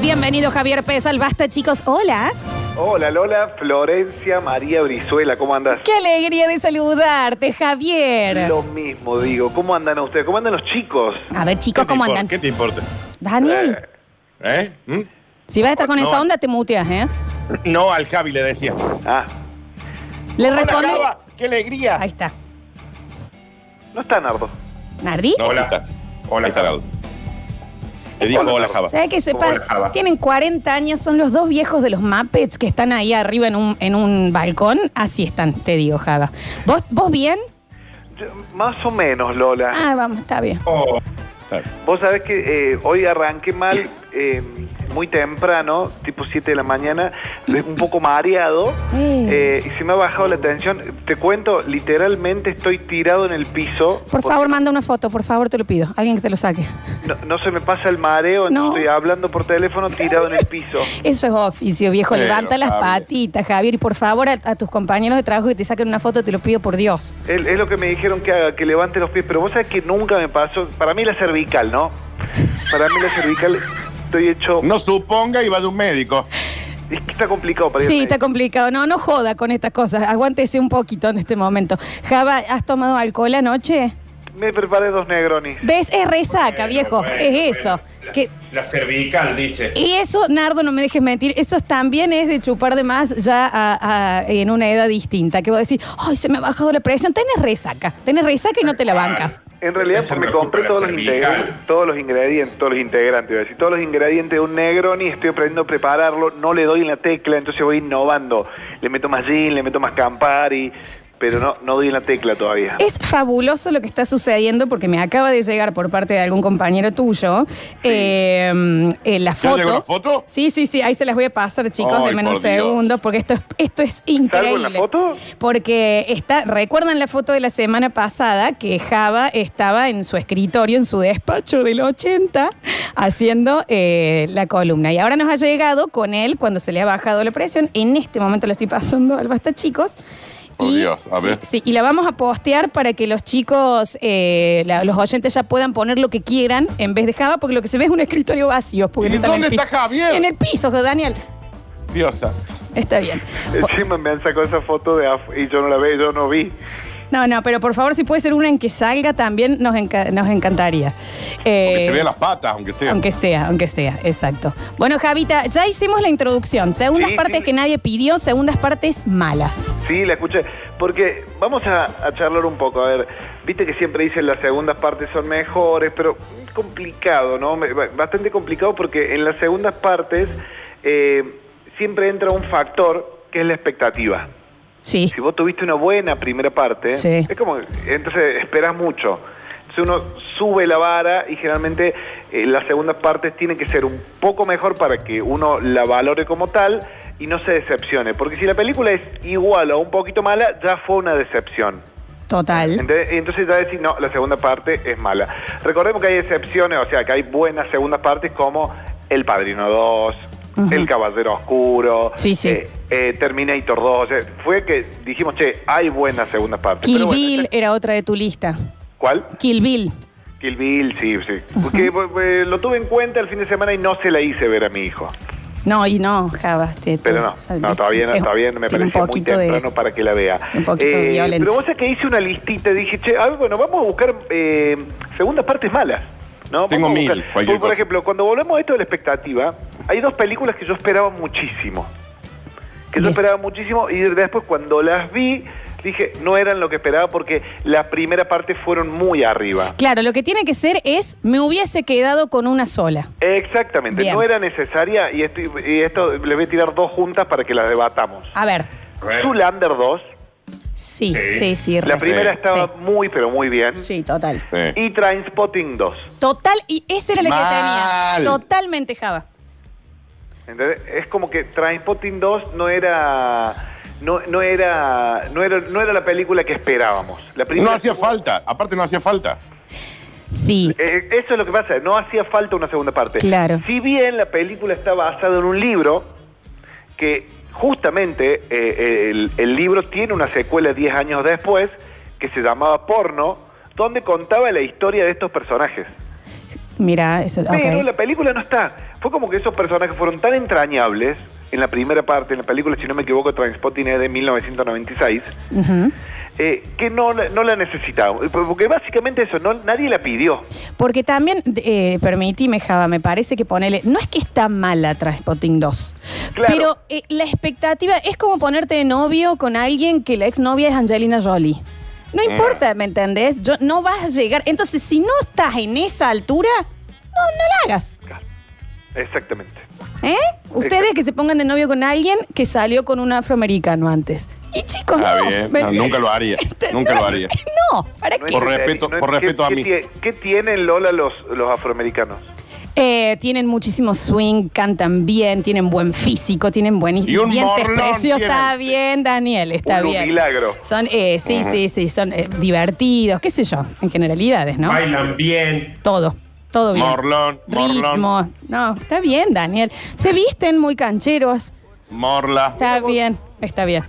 Bienvenido Javier Pez al Basta, chicos. Hola. Hola Lola, Florencia María Brizuela, ¿cómo andas? Qué alegría de saludarte, Javier. Lo mismo digo, ¿cómo andan ustedes? ¿Cómo andan los chicos? A ver, chicos, ¿Qué te ¿cómo importa? andan? ¿Qué te importa? Daniel, ¿Eh? ¿Mm? si vas a estar con no, esa no. onda, te muteas, ¿eh? No al Javi le decía. Ah, Le ¡Hola, responde. Java! ¡Qué alegría! Ahí está. no está Nardo. ¿Nardi? No, hola. Hola, Java. Te dijo hola, Java. ¿Sabes qué se Hola, Java. Tienen 40 años, son los dos viejos de los Muppets que están ahí arriba en un, en un balcón. Así están, te digo, Java. ¿Vos, vos bien? Yo- más o menos, Lola. Ah, vamos, está bien. Oh. Está bien. Vos sabés que eh, hoy arranqué mal, eh, muy temprano, tipo 7 de la mañana, un poco mareado, Mm. eh, y se me ha bajado la tensión. Te cuento, literalmente estoy tirado en el piso. Por porque favor, manda una foto, por favor, te lo pido. Alguien que te lo saque. No, no se me pasa el No. mareo, entonces estoy hablando por teléfono tirado en el piso. Eso es oficio, viejo. Pero, Levanta las Javier. patitas, Javier. Y por favor, a, a tus compañeros de trabajo que te saquen una foto, te lo pido por Dios. Es, es lo que me dijeron que haga, que levante los pies, pero vos sabés que nunca me pasó. Para mí la cervical, ¿no? Para mí la cervical, estoy hecho. No suponga y va de un médico. Es que está complicado para ir al Sí, médico. está complicado. No, no joda con estas cosas. Aguántese un poquito en este momento. Java, ¿has tomado alcohol anoche? Me preparé dos negronis. ¿Ves? Es resaca, Bueno, viejo. bueno, es bueno. eso. La, Que- la cervical, dice. y eso, Nardo, no me dejes mentir, eso también es de chupar de más ya a- a- en una edad distinta. Que vos decís, ay, se me ha bajado la presión. Tenés resaca. Tenés resaca y no te la bancas. En realidad, pues, me compré todos los, integrantes, todos los ingredientes, todos los integrantes, iba a decir, todos los ingredientes de un negroni, estoy aprendiendo a prepararlo, no le doy en la tecla, entonces voy innovando. Le meto más gin, le meto más campari, pero no, no doy en la tecla todavía. Es fabuloso lo que está sucediendo porque me acaba de llegar por parte de algún compañero tuyo eh, eh, la ¿Ya llegó foto. la foto? Sí, sí, sí, ahí se las voy a pasar, chicos, Ay, de menos por Dios. segundos, porque esto es, esto es increíble. ¿Salgo en la foto? Porque está, recuerdan la foto de la semana pasada que Java estaba en su escritorio, en su despacho del 80, haciendo eh, la columna. Y ahora nos ha llegado con él cuando se le ha bajado la presión. En este momento lo estoy pasando al basta, chicos. Por Y- Dios, a sí, ver. Sí, y la vamos a postear para que los chicos, eh, la- los oyentes ya puedan poner lo que quieran en vez de Java, porque lo que se ve es un escritorio vacío. porque ¿Y no están en dónde el está piso. Javier? En el piso, Daniel. Diosa. Está bien. Encima me han sacado esa foto de af- y yo no la veo, yo no vi. No, no, pero por favor, si puede ser una en que salga también, nos, enca- nos encantaría. Eh, Aunque se vean las patas, aunque sea. Aunque sea, aunque sea, exacto. Bueno, Javita, ya hicimos la introducción. Segundas Sí, partes sí. que nadie pidió, segundas partes malas. Sí, la escuché. Porque vamos a, a charlar un poco. A ver, viste que siempre dicen las segundas partes son mejores, pero complicado, ¿no? Me- ba- Bastante complicado porque en las segundas partes eh, siempre entra un factor que es la expectativa. Sí. Si vos tuviste una buena primera parte, Sí. es como, entonces esperas mucho. Entonces uno sube la vara y generalmente eh, las segundas partes tienen que ser un poco mejor para que uno la valore como tal y no se decepcione. Porque si la película es igual o un poquito mala, ya fue una decepción. Total. Ente- Entonces ya decís, no, la segunda parte es mala. Recordemos que hay excepciones, o sea, que hay buenas segundas partes como El Padrino 2, Ujú. El Caballero Oscuro, Sí, sí. eh, eh, Terminator 2. o sea, fue que dijimos, che, hay buenas segundas partes. Kill Pero bueno, Bill este- era otra de tu lista. ¿Cuál? Kill Bill. Kill Bill, sí, sí. Porque eh, lo tuve en cuenta el fin de semana y no se la hice ver a mi hijo. No, y no, Java. te- te- Pero no, no, todavía no, es- todavía no me tiene un parece muy poquito de- temprano para que la vea. un poquito Eh, violenta. Pero vos sabés que hice una listita y dije, che, a ver, bueno, vamos a buscar eh, segundas partes malas. ¿no? Tengo Vamos a mil, buscar. cualquier Porque, por cosa. ejemplo, cuando volvemos a esto de la expectativa, hay dos películas que yo esperaba muchísimo. Que yo Bien. esperaba muchísimo y después cuando las vi, dije, no eran lo que esperaba porque la primera parte fueron muy arriba. Claro, lo que tiene que ser es, me hubiese quedado con una sola. Exactamente, Bien. no era necesaria y, estoy- y esto les voy a tirar dos juntas para que las debatamos. A ver, A ver, Zulander 2. Sí, sí, Sí. sí. re. La primera Sí. estaba Sí. muy, pero muy bien. Sí, total. Sí. Y Trainspotting 2. Total, y esa era la que Mal. tenía. Totalmente Java. ¿entendés? Es como que Trainspotting 2 no era. No, no era, no era no era la película que esperábamos. La primera No hacía estuvo- falta, aparte no hacía falta. Sí. Eh, eso es lo que pasa, no hacía falta una segunda parte. Claro. Si bien la película está basada en un libro, que justamente eh, el, el libro tiene una secuela 10 años después, que se llamaba Porno, donde contaba la historia de estos personajes. Mira, eso, Pero ok. la película no está. Fue como que esos personajes fueron tan entrañables en la primera parte, en la película, si no me equivoco, Transpotting es de 1996, Ujú. eh, que no, la- no la necesitaba. Porque básicamente eso, no, nadie la pidió. Porque también, eh, permitime, Java, me parece que ponele. No es que está mala Transpotting 2. Claro. Pero eh, la expectativa es como ponerte de novio con alguien que la exnovia es Angelina Jolie. No Mm. importa, ¿me entendés? Yo, no vas a llegar. Entonces, si no estás en esa altura, no, no la hagas. Exactamente. ¿Eh? Ustedes que se pongan de novio con alguien que salió con un afroamericano antes. Y chicos, Está no, bien, ¿me no, nunca lo haría, entendés? nunca lo haría. No, ¿para No qué? Por es necesario. respeto- es- por ¿qué- respeto a qué mí. tie- ¿Qué tienen Lola los, los afroamericanos? Eh, tienen muchísimo swing, cantan bien, tienen buen físico, tienen buen Y un dientes morlón preciosos. tienen. Está bien, Daniel, está Un bien. milagro. Son, eh, sí, sí, sí, son eh, divertidos, qué sé yo, en generalidades, ¿no? Bailan bien. Todo, todo bien. Morlón, morlón. Ritmo. No, está bien, Daniel. Se visten muy cancheros. Morla. Está bien, está bien.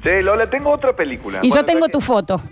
Che, Lola, tengo otra Ah, película. Y yo Bueno, tengo ¿sabes tu qué? foto.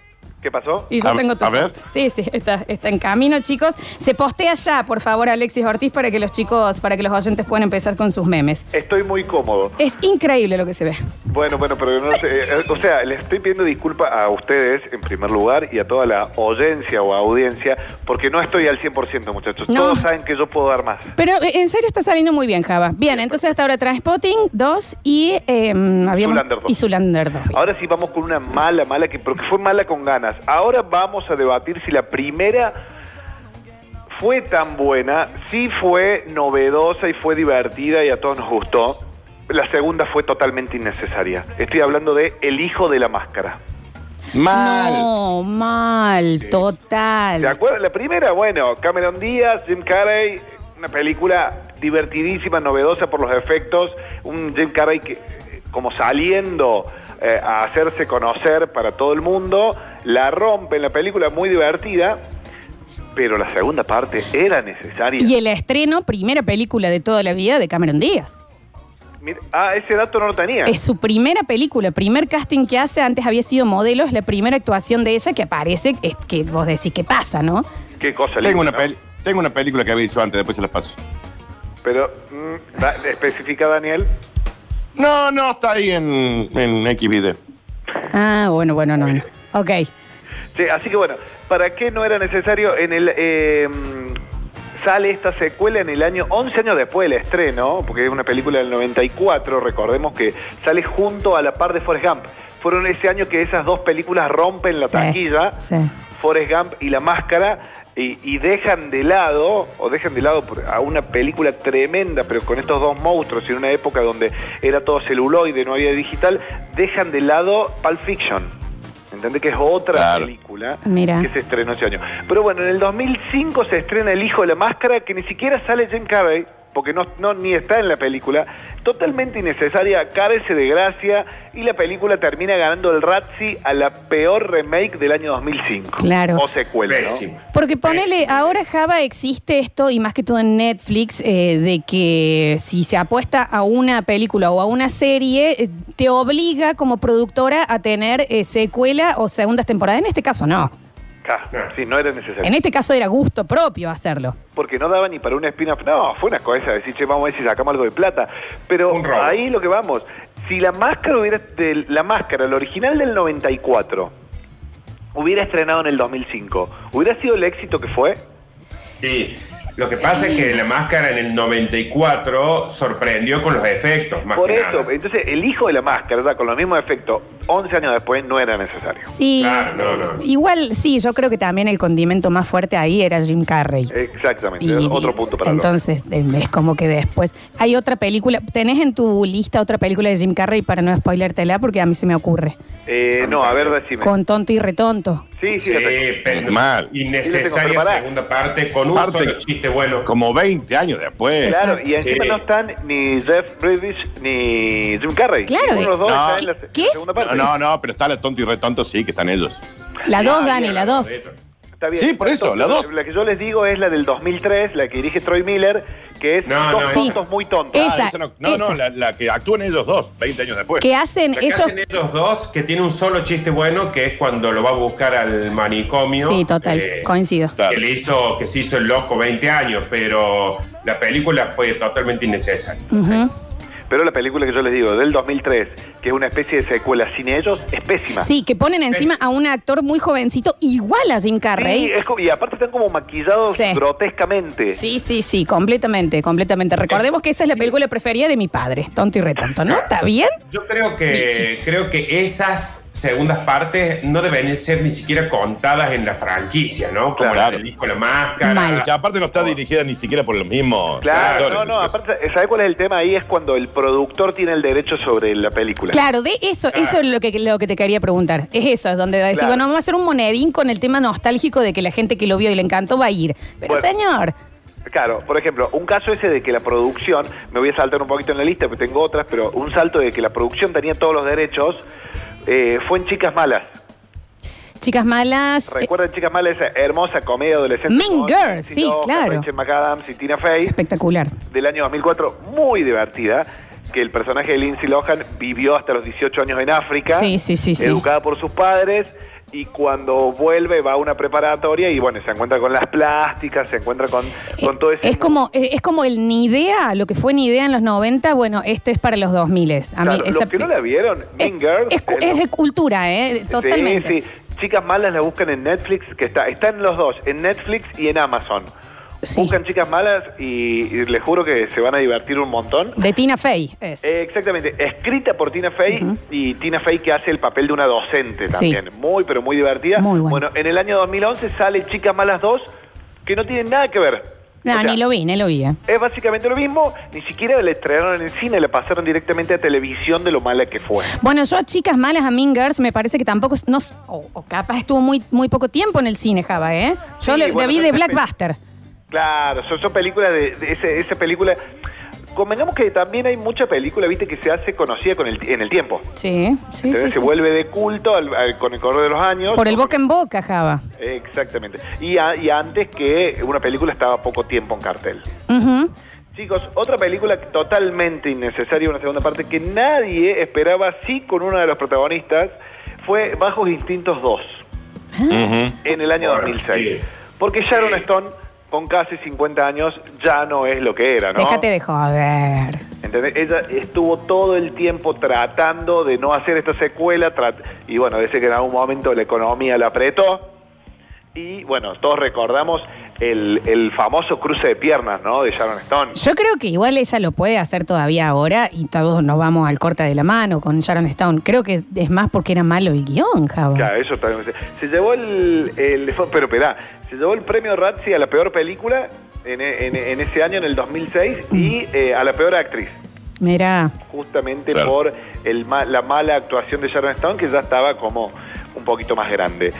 ¿Qué pasó? Y yo A- tengo tu a ver. foto. Sí, sí, está, está en camino, chicos. Se postea ya, por favor, Alexis Ortiz, para que los chicos, para que los oyentes puedan empezar con sus memes. Estoy muy cómodo. Es increíble lo que se ve. Bueno, bueno, pero no sé. eh, O sea, les estoy pidiendo disculpas a ustedes en primer lugar y a toda la oyencia o audiencia, porque no estoy al 100%, muchachos. No. Todos saben que yo puedo dar más. Pero eh, en serio está saliendo muy bien, Java. Bien, entonces hasta ahora Transpotting 2 y eh, habíamos- Zoolander dos. y Zulander 2. Ahora sí vamos con una mala, mala, que, pero que fue mala con ganas. Ahora vamos a debatir si la primera fue tan buena, si fue novedosa y fue divertida y a todos nos gustó. La segunda fue totalmente innecesaria. Estoy hablando de El hijo de la máscara. Mal. No, mal, Ah, ¿De total. acuerdo? La primera, bueno, Cameron Díaz, Jim Carrey, una película divertidísima, novedosa por los efectos. Un Jim Carrey que, eh, como saliendo eh, a hacerse conocer para todo el mundo, la rompe en la película, muy divertida. Pero la segunda parte era necesaria. Y el estreno, primera película de toda la vida de Cameron Díaz. Mira, ah, ese dato no lo tenía. Es su primera película, primer casting que hace, antes había sido modelo, es la primera actuación de ella que aparece, es que vos decís que pasa, ¿no? Qué cosa Tengo linda, una, ¿no? pel- tengo una película que había dicho antes, después se las paso. Pero, mm, da- especifica Daniel. No, no, está ahí en, en X video. Ah, bueno, bueno, no. no. Ok. Sí, así que bueno, ¿para qué no era necesario en el... eh, sale esta secuela en el año, 11 años después del estreno, porque es una película del 94, recordemos que sale junto a la par de Forrest Gump. Fueron ese año que esas dos películas rompen la Sí, taquilla, sí. Forrest Gump y La Máscara, y, y dejan de lado, o dejan de lado por- a una película tremenda, pero con estos dos monstruos, en una época donde era todo celuloide, no había digital, dejan de lado Pulp Fiction. ¿Entendés? Que es otra Claro. película Mira. que se estrenó ese año. Pero bueno, en el 2005 se estrena El Hijo de la Máscara, que ni siquiera sale Jim Carrey, porque no, no- ni está en la película. Totalmente innecesaria, carece de gracia, y la película termina ganando el Razzie a la peor remake del año 2005. Claro. O secuela, ¿no? Pésimo. Porque ponele, ahora Java existe esto, y más que todo en Netflix, eh, de que si se apuesta a una película o a una serie, eh, te obliga como productora a tener eh, secuela o segundas temporadas. En este caso no. Ah, sí, no era necesario. En e- este caso era gusto propio hacerlo. porque no daba ni para un spin-off. No, fue una cosa de decir, che, vamos a ver si sacamos algo de plata. Pero Un robo. ahí lo que vamos. Si la máscara hubiera, del- la máscara, el original del 94, hubiera estrenado en el 2005, ¿hubiera sido el éxito que fue? Sí. Lo que pasa es que la máscara en el 94 sorprendió con los efectos, más Por que eso, nada. entonces el hijo de la máscara, ¿verdad? Con los mismos efectos, 11 años después no era necesario. Sí. Claro, no, no. Igual, sí, yo creo que también el condimento más fuerte ahí era Jim Carrey. Exactamente, Y- otro punto para Lola. Entonces, eh, es como que después. Hay otra película. ¿Tenés en tu lista otra película de Jim Carrey para no spoilertela? Porque a mí se me ocurre. Eh, no, a ver, decime. Con tonto y retonto. Sí, sí, Sí, la tengo. pero Mal. Innecesaria Pará. segunda parte con un Parte- solo chiste bueno. Como 20 años después. Claro, Exacto. y encima Sí. no están ni Jeff Bridges ni Jim Carrey. Claro Ninguno de los dos No. está en la, ¿Qué- en la qué es? segunda No, parte. no, no, pero está la tonto y retonto, sí, que están ellos. La dos, Ah, Dani, bien, la dos. de hecho. Está bien. Sí, por eso, la dos. La que yo les digo es la del 2003, la que dirige Troy Miller, que es No, dos no, tontos muy tontos. Esa, Ah, no, no, no, esa. la, la que actúan ellos dos, 20 años después. Que hacen La que esos. hacen ellos dos, que tiene un solo chiste bueno, que es cuando lo va a buscar al manicomio. Sí, total. eh, coincido. Claro. Que le hizo, que se hizo el loco 20 años, pero la película fue totalmente innecesaria. Ujú. Pero la película que yo les digo, del 2003, que es una especie de secuela sin ellos, es pésima. Sí, que ponen encima a un actor muy jovencito igual a Jim Carrey. Sí, es como- y aparte están como maquillados Sí. grotescamente. Sí, sí, sí, completamente, completamente. Recordemos que esa es la película preferida de mi padre, Tonto y Retonto, ¿no? ¿Está bien? Yo creo que, creo que esas segundas partes no deben ser ni siquiera contadas en la franquicia, ¿no? Como Claro. la película Máscara. Mal. Ah, Que aparte no está dirigida ni siquiera por los mismos. Claro, actores, no, no, sé qué. aparte, ¿sabes cuál es el tema ahí? Es cuando el productor tiene el derecho sobre la película. Claro, de eso, Claro. eso es lo que, lo que te quería preguntar. Es eso, es donde decís, Claro. bueno, vamos a hacer un monedín con el tema nostálgico de que la gente que lo vio y le encantó va a ir. Pero Bueno. señor, Claro, por ejemplo, un caso ese de que la producción, me voy a saltar un poquito en la lista, porque tengo otras, pero un salto de que la producción tenía todos los derechos, eh, fue en Chicas Malas. chicas malas, eh, ¿Recuerdan Chicas Malas? Esa hermosa comedia adolescente. Mean con Girls, sí, Lindsay Lohan, claro. Rachel McAdams y Tina Fey, espectacular. del año 2004, muy divertida, que el personaje de Lindsay Lohan vivió hasta los 18 años en África, Sí, sí, sí, sí. educada por sus padres, y cuando vuelve va a una preparatoria y bueno, se encuentra con las plásticas, se encuentra con, con todo ese... Eh, Es como, eh, es es como el ni idea, lo que fue ni idea en los 90, bueno, este es para los 2000. A mí Claro, esa los que no la vieron, Mean Girls, es, cu- eh, es la- de cultura, ¿eh? Totalmente. Sí, sí. Chicas malas la buscan en Netflix, que está, está en los dos, en Netflix y en Amazon. Sí. Buscan chicas malas y, y les juro que se van a divertir un montón. De Tina Fey. Es. Eh, exactamente, escrita por Tina Fey y Tina Fey que hace el papel de una docente también. Muy, pero muy divertida. Muy bueno. en el año 2011 sale Chicas Malas 2, que no tienen nada que ver. no, O sea, ni lo vi, ni lo vi. eh. Es básicamente lo mismo, ni siquiera la estrenaron en el cine, la pasaron directamente a televisión de lo mala que fue. Bueno, yo a chicas malas, a Mean Girls, me parece que tampoco, no, s- o, o capaz estuvo muy, muy poco tiempo en el cine, Java, ¿eh? Yo Sí, le- la bueno, vi pero de esa peli- Blackbuster. Claro, son, son películas de, de ese- esa película. Convengamos que también hay mucha película, viste, que se hace conocida con el, en el tiempo. Sí, sí, sí. Entonces se sí. vuelve de culto al- al- con el correr de los años. Por el boca en boca, Java. Exactamente. Y, a- y antes que una película estaba poco tiempo en cartel. Ujú. Chicos, otra película totalmente innecesaria, una segunda parte que nadie esperaba, sí con uno de los protagonistas, fue Bajos Instintos 2 Ujú. en el año Bueno, 2006. sí. Porque Sharon Stone, con casi 50 años, ya no es lo que era, ¿no? Déjate de joder. ¿Entendés? Ella estuvo todo el tiempo tratando de no hacer esta secuela, trat- y bueno, dice que en algún momento la economía la apretó, y bueno, todos recordamos el, el famoso cruce de piernas, ¿no? De Sharon Stone. Yo creo que igual ella lo puede hacer todavía ahora y todos nos vamos al corte de la mano con Sharon Stone. Creo que es más porque era malo el guión, Java. Claro, eso está bien. Se llevó el, el- Pero esperá, se llevó el premio Razzie a la peor película en, e- en e- en ese año, en el 2006, y eh, a la peor actriz. Mira, justamente Claro. por el ma- la mala actuación de Sharon Stone, que ya estaba como un poquito más grande.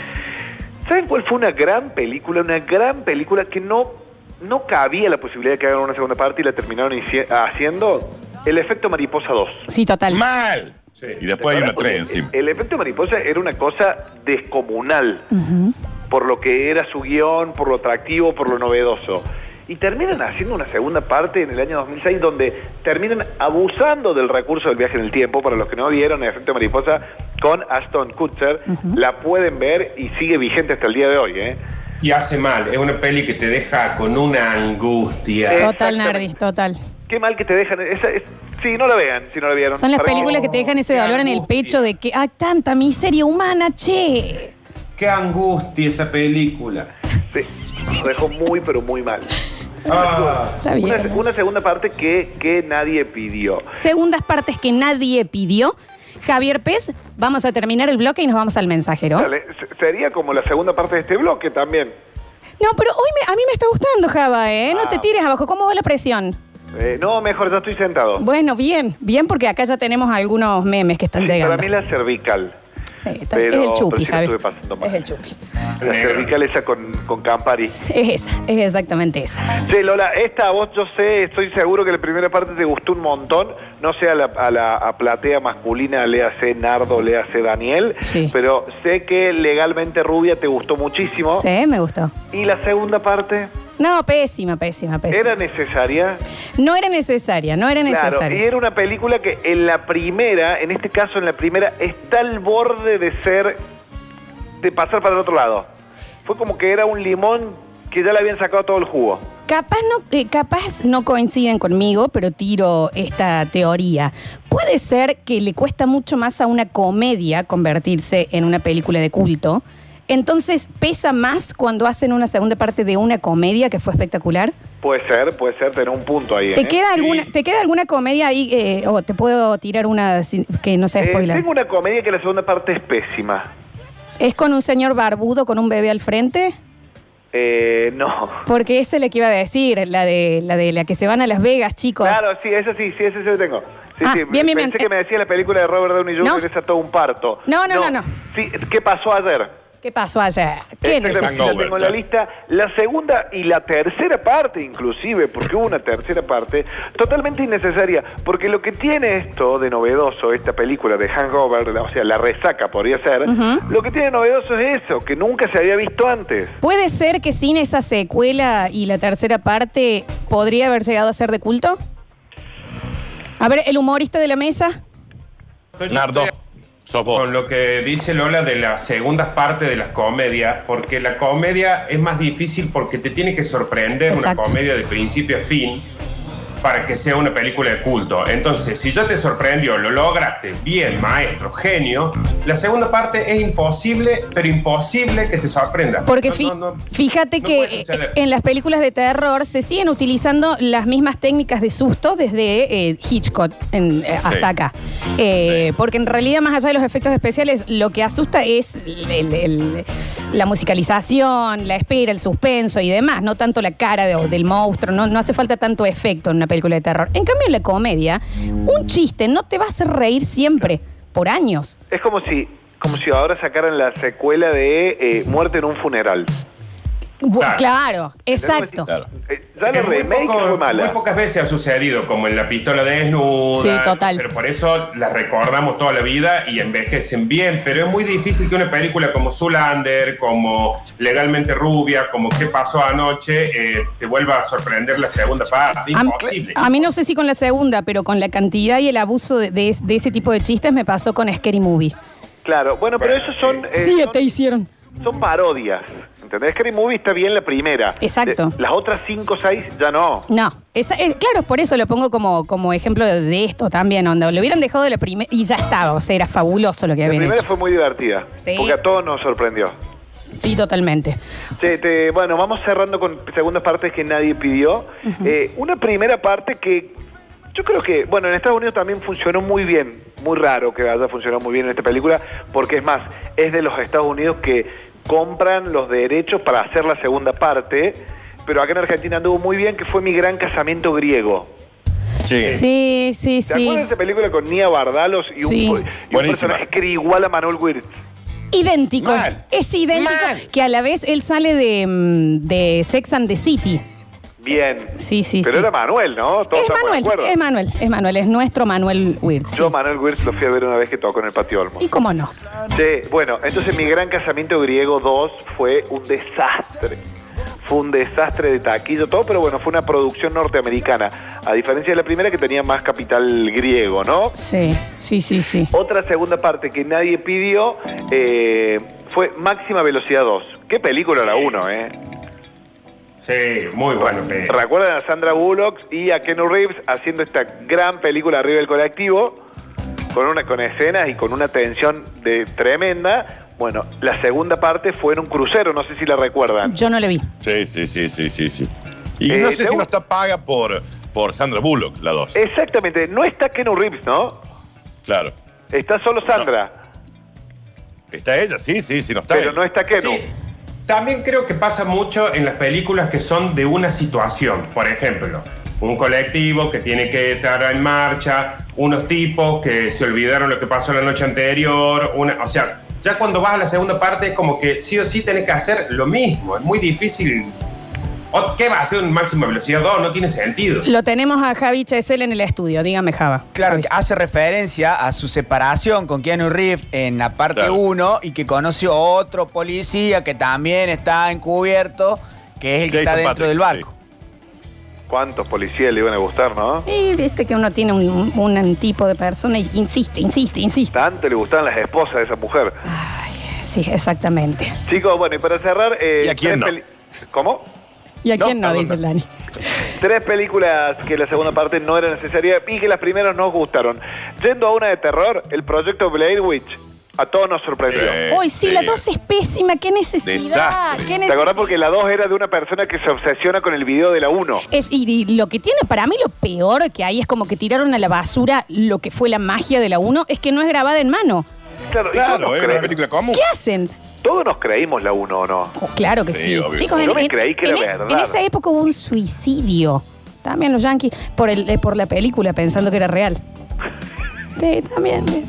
¿Saben cuál fue una gran película? Una gran película que no, no cabía la posibilidad de que hagan una segunda parte y la terminaron hici- haciendo. El efecto mariposa 2. sí, total. Mal. Sí. Y después hay una 3 encima. El efecto mariposa era una cosa descomunal, Ujú. por lo que era su guión, por lo atractivo, por lo novedoso. Y terminan haciendo una segunda parte en el año 2006 donde terminan abusando del recurso del viaje en el tiempo. Para los que no vieron el efecto mariposa con Aston Kutcher, la pueden ver y sigue vigente hasta el día de hoy. ¿eh? Y hace mal, es una peli que te deja con una angustia. Eh, Total, Exactamente. Nardi, total. Qué mal que te dejan... Esa, es- sí, no la vean, si no la vieron. Son las Perdón. películas que te dejan ese qué dolor en el angustia. pecho de que hay tanta miseria humana, che. Qué angustia esa película. Sí, lo dejó muy, pero muy mal. Ah. Está bien. Una, una segunda parte que, que nadie pidió. Segundas partes que nadie pidió. Javier Pez, vamos a terminar el bloque y nos vamos al mensajero. Dale, se- sería como la segunda parte de este bloque también. No, pero hoy me- a mí me está gustando, Java, ¿eh? No Ah. te tires abajo. ¿Cómo va la presión? Eh, no, mejor, ya estoy sentado. Bueno, bien, bien, porque acá ya tenemos algunos memes que están Sí, llegando. para mí la cervical. Sí, está- pero- es el pero chupi, sí la Javier. estuve pasando mal. Es el chupi. La Negro. cervical esa con, con Campari. Es esa, es exactamente esa. Che, Lola, esta a vos yo sé, estoy seguro que la primera parte te gustó un montón. No sé a la, a la a platea masculina, le hace Nardo, le hace Daniel. Sí. Pero sé que legalmente rubia te gustó muchísimo. Sí, me gustó. Y la segunda parte, No, pésima, pésima, pésima. ¿era necesaria? No era necesaria, no era necesaria. Claro, y era una película que en la primera, en este caso en la primera, está al borde de ser, de pasar para el otro lado. Fue como que era un limón que ya le habían sacado todo el jugo. Capaz no, eh, capaz no coinciden conmigo, pero tiro esta teoría. Puede ser que le cuesta mucho más a una comedia convertirse en una película de culto. Entonces pesa más cuando hacen una segunda parte de una comedia que fue espectacular. Puede ser, puede ser, tener un punto ahí. ¿Te ¿eh? queda alguna, Sí. te queda alguna comedia ahí eh, o te puedo tirar una sin- que no sea Eh, spoiler? tengo una comedia que la segunda parte es pésima. Es con un señor barbudo con un bebé al frente, Eh, no. porque esa es la que iba a decir, la de la de la que se van a Las Vegas, chicos. Claro, sí, esa sí, sí, esa sí la tengo. Sí, Ah, sí, bien, bien, bien. pensé que me decía la película de Robert Downey Jr. No. que es todo un parto. No, no, no, no. Sí, ¿qué pasó ayer? ¿Qué pasó allá? ¿Qué Esta Este es la necesita? que tengo en la Hangover, lista. La segunda y la tercera parte, inclusive, porque hubo una tercera parte, totalmente innecesaria. Porque lo que tiene esto de novedoso, esta película de Hangover, o sea, la resaca podría ser, lo que tiene de novedoso es eso, que nunca se había visto antes. ¿Puede ser que sin esa secuela y la tercera parte podría haber llegado a ser de culto? A ver, el humorista de la mesa. eh, Entonces, yo Nardo, estoy sos vos. Con lo que dice Lola de las segundas partes de las comedias, porque la comedia es más difícil porque te tiene que sorprender Exacto. una comedia de principio a fin para que sea una película de culto. Entonces, si ya te sorprendió, lo lograste, bien, maestro, genio, la segunda parte es imposible, pero imposible que te sorprenda. Porque No, fi- no, no. fíjate no que puede suceder. eh, en las películas de terror se siguen utilizando las mismas técnicas de susto desde eh, Hitchcock en- eh, hasta acá. Eh, Porque en realidad, más allá de los efectos especiales, lo que asusta es el- el- el- la musicalización, la espera, el suspenso y demás, no tanto la cara de- del monstruo, no, no hace falta tanto efecto en una película de terror. En cambio, en la comedia, un chiste no te va a hacer reír siempre, por años. Es como si, como si ahora sacaran la secuela de eh, Muerte en un funeral. Bu- Claro. claro exacto. Claro. Eh, ya Que la muy, remake poco- fue mala. muy pocas veces ha sucedido, como en la pistola desnuda. Sí, total. Pero por eso las recordamos toda la vida y envejecen bien. Pero es muy difícil que una película como Zulander, como Legalmente Rubia, como ¿Qué pasó anoche? eh, te vuelva a sorprender la segunda parte. A, Imposible. a mí no sé si con la segunda, pero con la cantidad y el abuso de, de- de ese tipo de chistes me pasó con Scary Movie. Claro, bueno, pero Bueno, esos son, eh, son, hicieron. son parodias. ¿Entendés? Scary Movie está bien la primera. Exacto. Eh, las otras cinco o seis ya no. No, esa- es, claro, por eso lo pongo como, como ejemplo de, de esto también, onda. Lo hubieran dejado de la primera y ya estaba, o sea, era fabuloso lo que La habían primera hecho. fue muy divertida. Sí. Porque a todos nos sorprendió. Sí, totalmente. Che, te- bueno, vamos cerrando con segundas partes que nadie pidió. Eh, una primera parte que yo creo que, bueno, en Estados Unidos también funcionó muy bien. Muy raro que haya funcionado muy bien en esta película, porque es más, es de los Estados Unidos que compran los derechos para hacer la segunda parte, pero acá en Argentina anduvo muy bien, que fue mi gran casamiento griego. Sí. eh. Sí, sí, ¿Te sí. acuerdas de esa película con Nia Bardalos y un, Sí. po- y un Buenísima. personaje que era igual a Manuel Wirtz? Idéntico. Mal. Es idéntico que a la vez él sale de, mm, de Sex and the City. Bien. Sí, sí, Pero sí. era Manuel, ¿no? Todos es estamos de Manuel, acuerdo. es Manuel, es Manuel, es nuestro Manuel Wirtz. sí. Yo a Manuel Wirtz lo fui a ver una vez que tocó en el Patio Olmo. Y cómo no. Sí, bueno, entonces mi gran casamiento griego 2 fue un desastre. Fue un desastre de taquillo, todo, pero bueno, fue una producción norteamericana. A diferencia de la primera que tenía más capital griego, ¿no? Sí, sí, sí, sí. Otra segunda parte que nadie pidió eh, fue Máxima Velocidad 2. Qué película la 1, ¿eh? Sí, muy bueno. eh. Recuerdan a Sandra Bullock y a Ken Reeves haciendo esta gran película arriba del colectivo, con, una, con escenas y con una tensión de tremenda. Bueno, la segunda parte fue en un crucero, no sé si la recuerdan. Yo no le vi. Sí, sí, sí, sí, sí, sí. Y Eh, no sé te si gu- no está paga Eh. por, por Sandra Bullock, la 2. Exactamente, no está Ken Reeves, ¿no? Claro. Está solo Sandra, Está ella, sí, sí, sí, no está. pero él. no está Kenu. Sí. También creo que pasa mucho en las películas que son de una situación. Por ejemplo, un colectivo que tiene que estar en marcha, unos tipos que se olvidaron lo que pasó la noche anterior. Una, o sea, ya cuando vas a la segunda parte es como que sí o sí tenés que hacer lo mismo. Es muy difícil. O- ¿Qué va a hacer un máxima velocidad 2? No tiene sentido. Lo tenemos a Javi Chesel en el estudio. Dígame, Java. Claro, Javi. que hace referencia a su separación con Keanu Reeves en la parte Claro. 1 y que conoció otro policía que también está encubierto, que es el que Jason está dentro Patrick, del barco. ¿Cuántos policías le iban a gustar, no? Y viste que uno tiene un, un tipo de persona y insiste, insiste, insiste. Tanto le gustaban las esposas de esa mujer. Sí, exactamente. Chicos, bueno, y para cerrar... eh, ¿Y a tres quién no? peli- ¿Cómo? ¿Y a No, quién no, perdón, dice el no. Dani? Tres películas que la segunda parte no era necesaria y que las primeras nos gustaron. Yendo a una de terror, el proyecto Blair Witch. A todos nos sorprendió. Eh, Hoy sí, la dos es pésima. ¿Qué necesidad? Desastre. ¿Qué ¿Te acordás? Porque la 2 era de una persona que se obsesiona con el video de la 1. Es, y, y lo que tiene, para mí lo peor que hay es como que tiraron a la basura lo que fue la magia de la 1, es que no es grabada en mano. Claro, y todos, Claro, nos es una creemos, película común. ¿Qué hacen? todos nos creímos la 1, ¿o no? Oh, claro que sí. Sí, obvio. Chicos, Yo me creí que era en- e- verdad. en esa época hubo un suicidio. También los yankees, por, el, eh, por la película, pensando que era real. Sí, también. eh.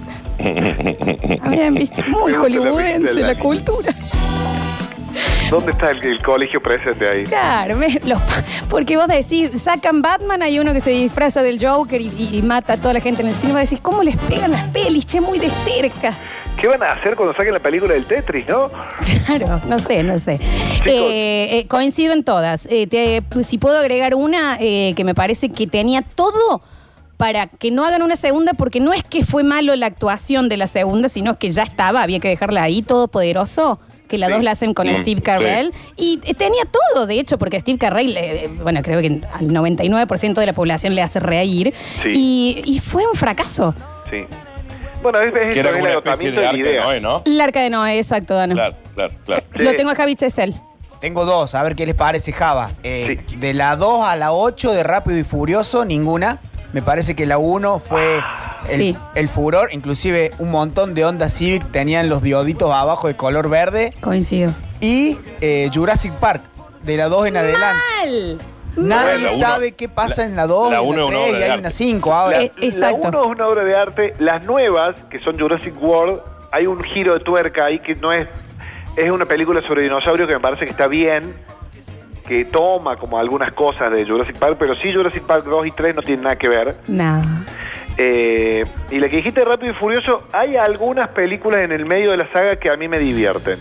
También, viste, muy Me gusta la hollywoodense vista, la Dani. cultura. ¿Dónde está el, el colegio presente ahí? Claro, ve, los pa- porque vos decís, sacan Batman, hay uno que se disfraza del Joker y, y- y mata a toda la gente en el cine. Vos decís, ¿cómo les pegan las pelis? Che, muy de cerca. ¿Qué van a hacer cuando saquen la película del Tetris, no? Claro, no sé, no sé. Eh, eh, coincido en todas. Eh, te- pues, si puedo agregar una eh, que me parece que tenía todo para que no hagan una segunda, porque no es que fue malo la actuación de la segunda, sino que ya estaba, había que dejarla ahí, todopoderoso. Que la Sí. dos la hacen con Mm, Steve Carell. Y eh, tenía todo, de hecho, porque Steve Carell, eh, eh, bueno, creo que al 99% de la población le hace reír. Sí. Y, y fue un fracaso. Sí. Bueno, es, es Que esto, era es como el una especie agotamiento de de la arca de idea. Noé, ¿no? El arca de Noé, exacto, Dano. Claro, claro, claro. Sí. Lo tengo a Javi Chesel. Tengo dos, a ver qué les parece, Java. Eh, Sí. De la 2 a la 8 de Rápido y Furioso, ninguna. Me parece que la 1 fue el, Sí. el furor. Inclusive un montón de Honda Civic tenían los dioditos abajo de color verde. Coincido. Y eh, Jurassic Park, de la 2 en adelante. Mal. Nadie La uno- sabe qué pasa en la 2, la en uno la es una obra 3 y de hay arte. una 5 ahora. Eh, exacto. La 1 es una obra de arte. Las nuevas, que son Jurassic World, hay un giro de tuerca ahí que no es. Es una película sobre dinosaurios que me parece que está bien, que toma como algunas cosas de Jurassic Park, pero sí Jurassic Park 2 y 3 no tienen nada que ver. No. Eh, y la que dijiste de Rápido y Furioso, hay algunas películas en el medio de la saga que a mí me divierten.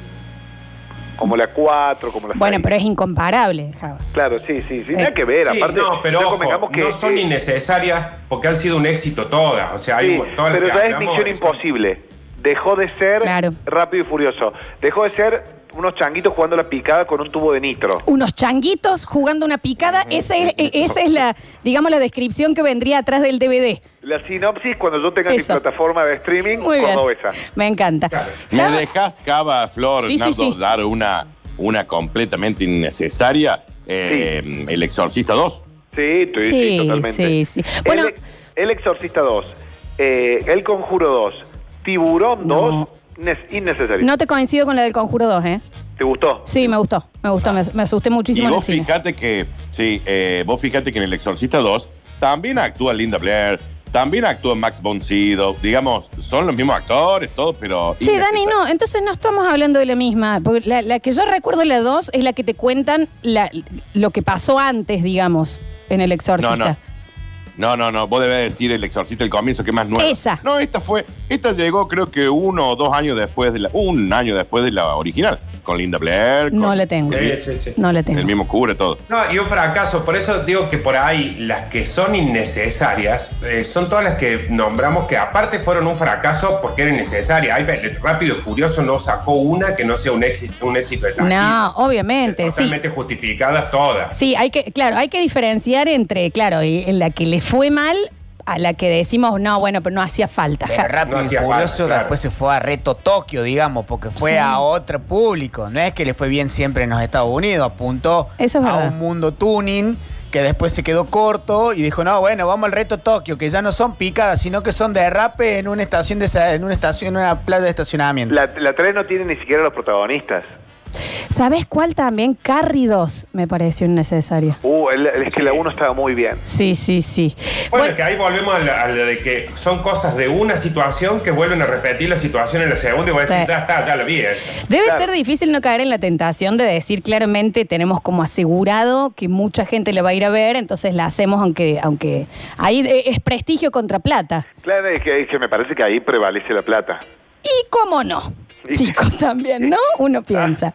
Como la 4, como Pues la Bueno, seis. pero es incomparable, Java. Claro, sí, sí, sí. Eh. Nada que ver, Sí, aparte. no, pero ya ojo, convengamos que, no son eh, innecesarias porque han sido un éxito todas. O sea, hay Sí, un- todas las pero ya que es hablamos Misión son- Imposible. Dejó de ser Claro. rápido y furioso. Dejó de ser unos changuitos jugando la picada con un tubo de nitro. Unos changuitos jugando una picada, esa es, eh, esa es la, digamos, la descripción que vendría atrás del DVD. La sinopsis cuando yo tenga mi Eso. plataforma de streaming Muy bien. como esa. Me encanta. ¿Me Java, dejas, Java, Flor, Sí, sí, Nardo, sí. dar una, una completamente innecesaria? Eh, El Exorcista 2. Sí, sí, sí, Sí, totalmente. sí, sí. Bueno- el, e-, El Exorcista 2, eh, El Conjuro 2, Tiburón No. 2, nes- innecesario. no te coincido con la del Conjuro 2, ¿eh? ¿Te gustó? Sí, me gustó, me gustó, me, me asusté Y muchísimo en el vos cine. fíjate que, sí, eh, vos fíjate que en El Exorcista 2 también actúa Linda Blair, también actúa Max Boncido, digamos, son los mismos actores, todos, pero. Che, Dani, innecesario. no, entonces no estamos hablando de la misma. porque La, la que yo recuerdo, la 2, es la que te cuentan la- lo que pasó antes, digamos, en El Exorcista. No, no. No, no, no, vos debés decir el exorcista, el comienzo, que es más nuevo. Esa. No, esta fue, esta llegó creo que uno o dos años después de la, un año después de la original, con Linda Blair. con No la tengo. Sí, sí, sí. No la tengo. El mismo cubre todo. No, y un fracaso. Por eso digo que por ahí las que son innecesarias eh, son todas las que nombramos que aparte fueron un fracaso porque eran innecesarias. Hay, el Rápido y Furioso no sacó una que no sea un éxito, un éxito de taquilla. No, obviamente, sí. Totalmente justificadas todas. Sí, hay que, claro, hay que diferenciar entre, claro, y- en la que le fue mal a la que decimos, no, bueno, pero no hacía falta. Pero ja". Rápido No y hacía falta, Furioso claro. después se fue a Reto Tokio, digamos, porque fue Sí. a otro público. No es que le fue bien siempre en los Estados Unidos, apuntó Eso es a verdad. un mundo tuning que después se quedó corto y dijo, no, bueno, vamos al reto Tokio, que ya no son picadas, sino que son derrape en una estación de esa- en una estación, en una playa de estacionamiento. La, la 3 no tiene ni siquiera los protagonistas. ¿Sabes cuál también? Carry 2 me pareció innecesaria. Uh, el- el- es que la 1 estaba muy bien. Sí, sí, sí. Bueno, Bueno, que ahí volvemos a la, a la de que son cosas de una situación que vuelven a repetir la situación en la segunda y voy a decir, Sí. ya está, ya la vi. eh. Debe Claro. ser difícil no caer en la tentación de decir claramente tenemos como asegurado que mucha gente la va a ir a ver, entonces la hacemos aunque aunque ahí eh, es prestigio contra plata. Claro, es que, es que me parece que ahí prevalece la plata. Y cómo no, Sí. chicos, también, ¿no? Uno piensa.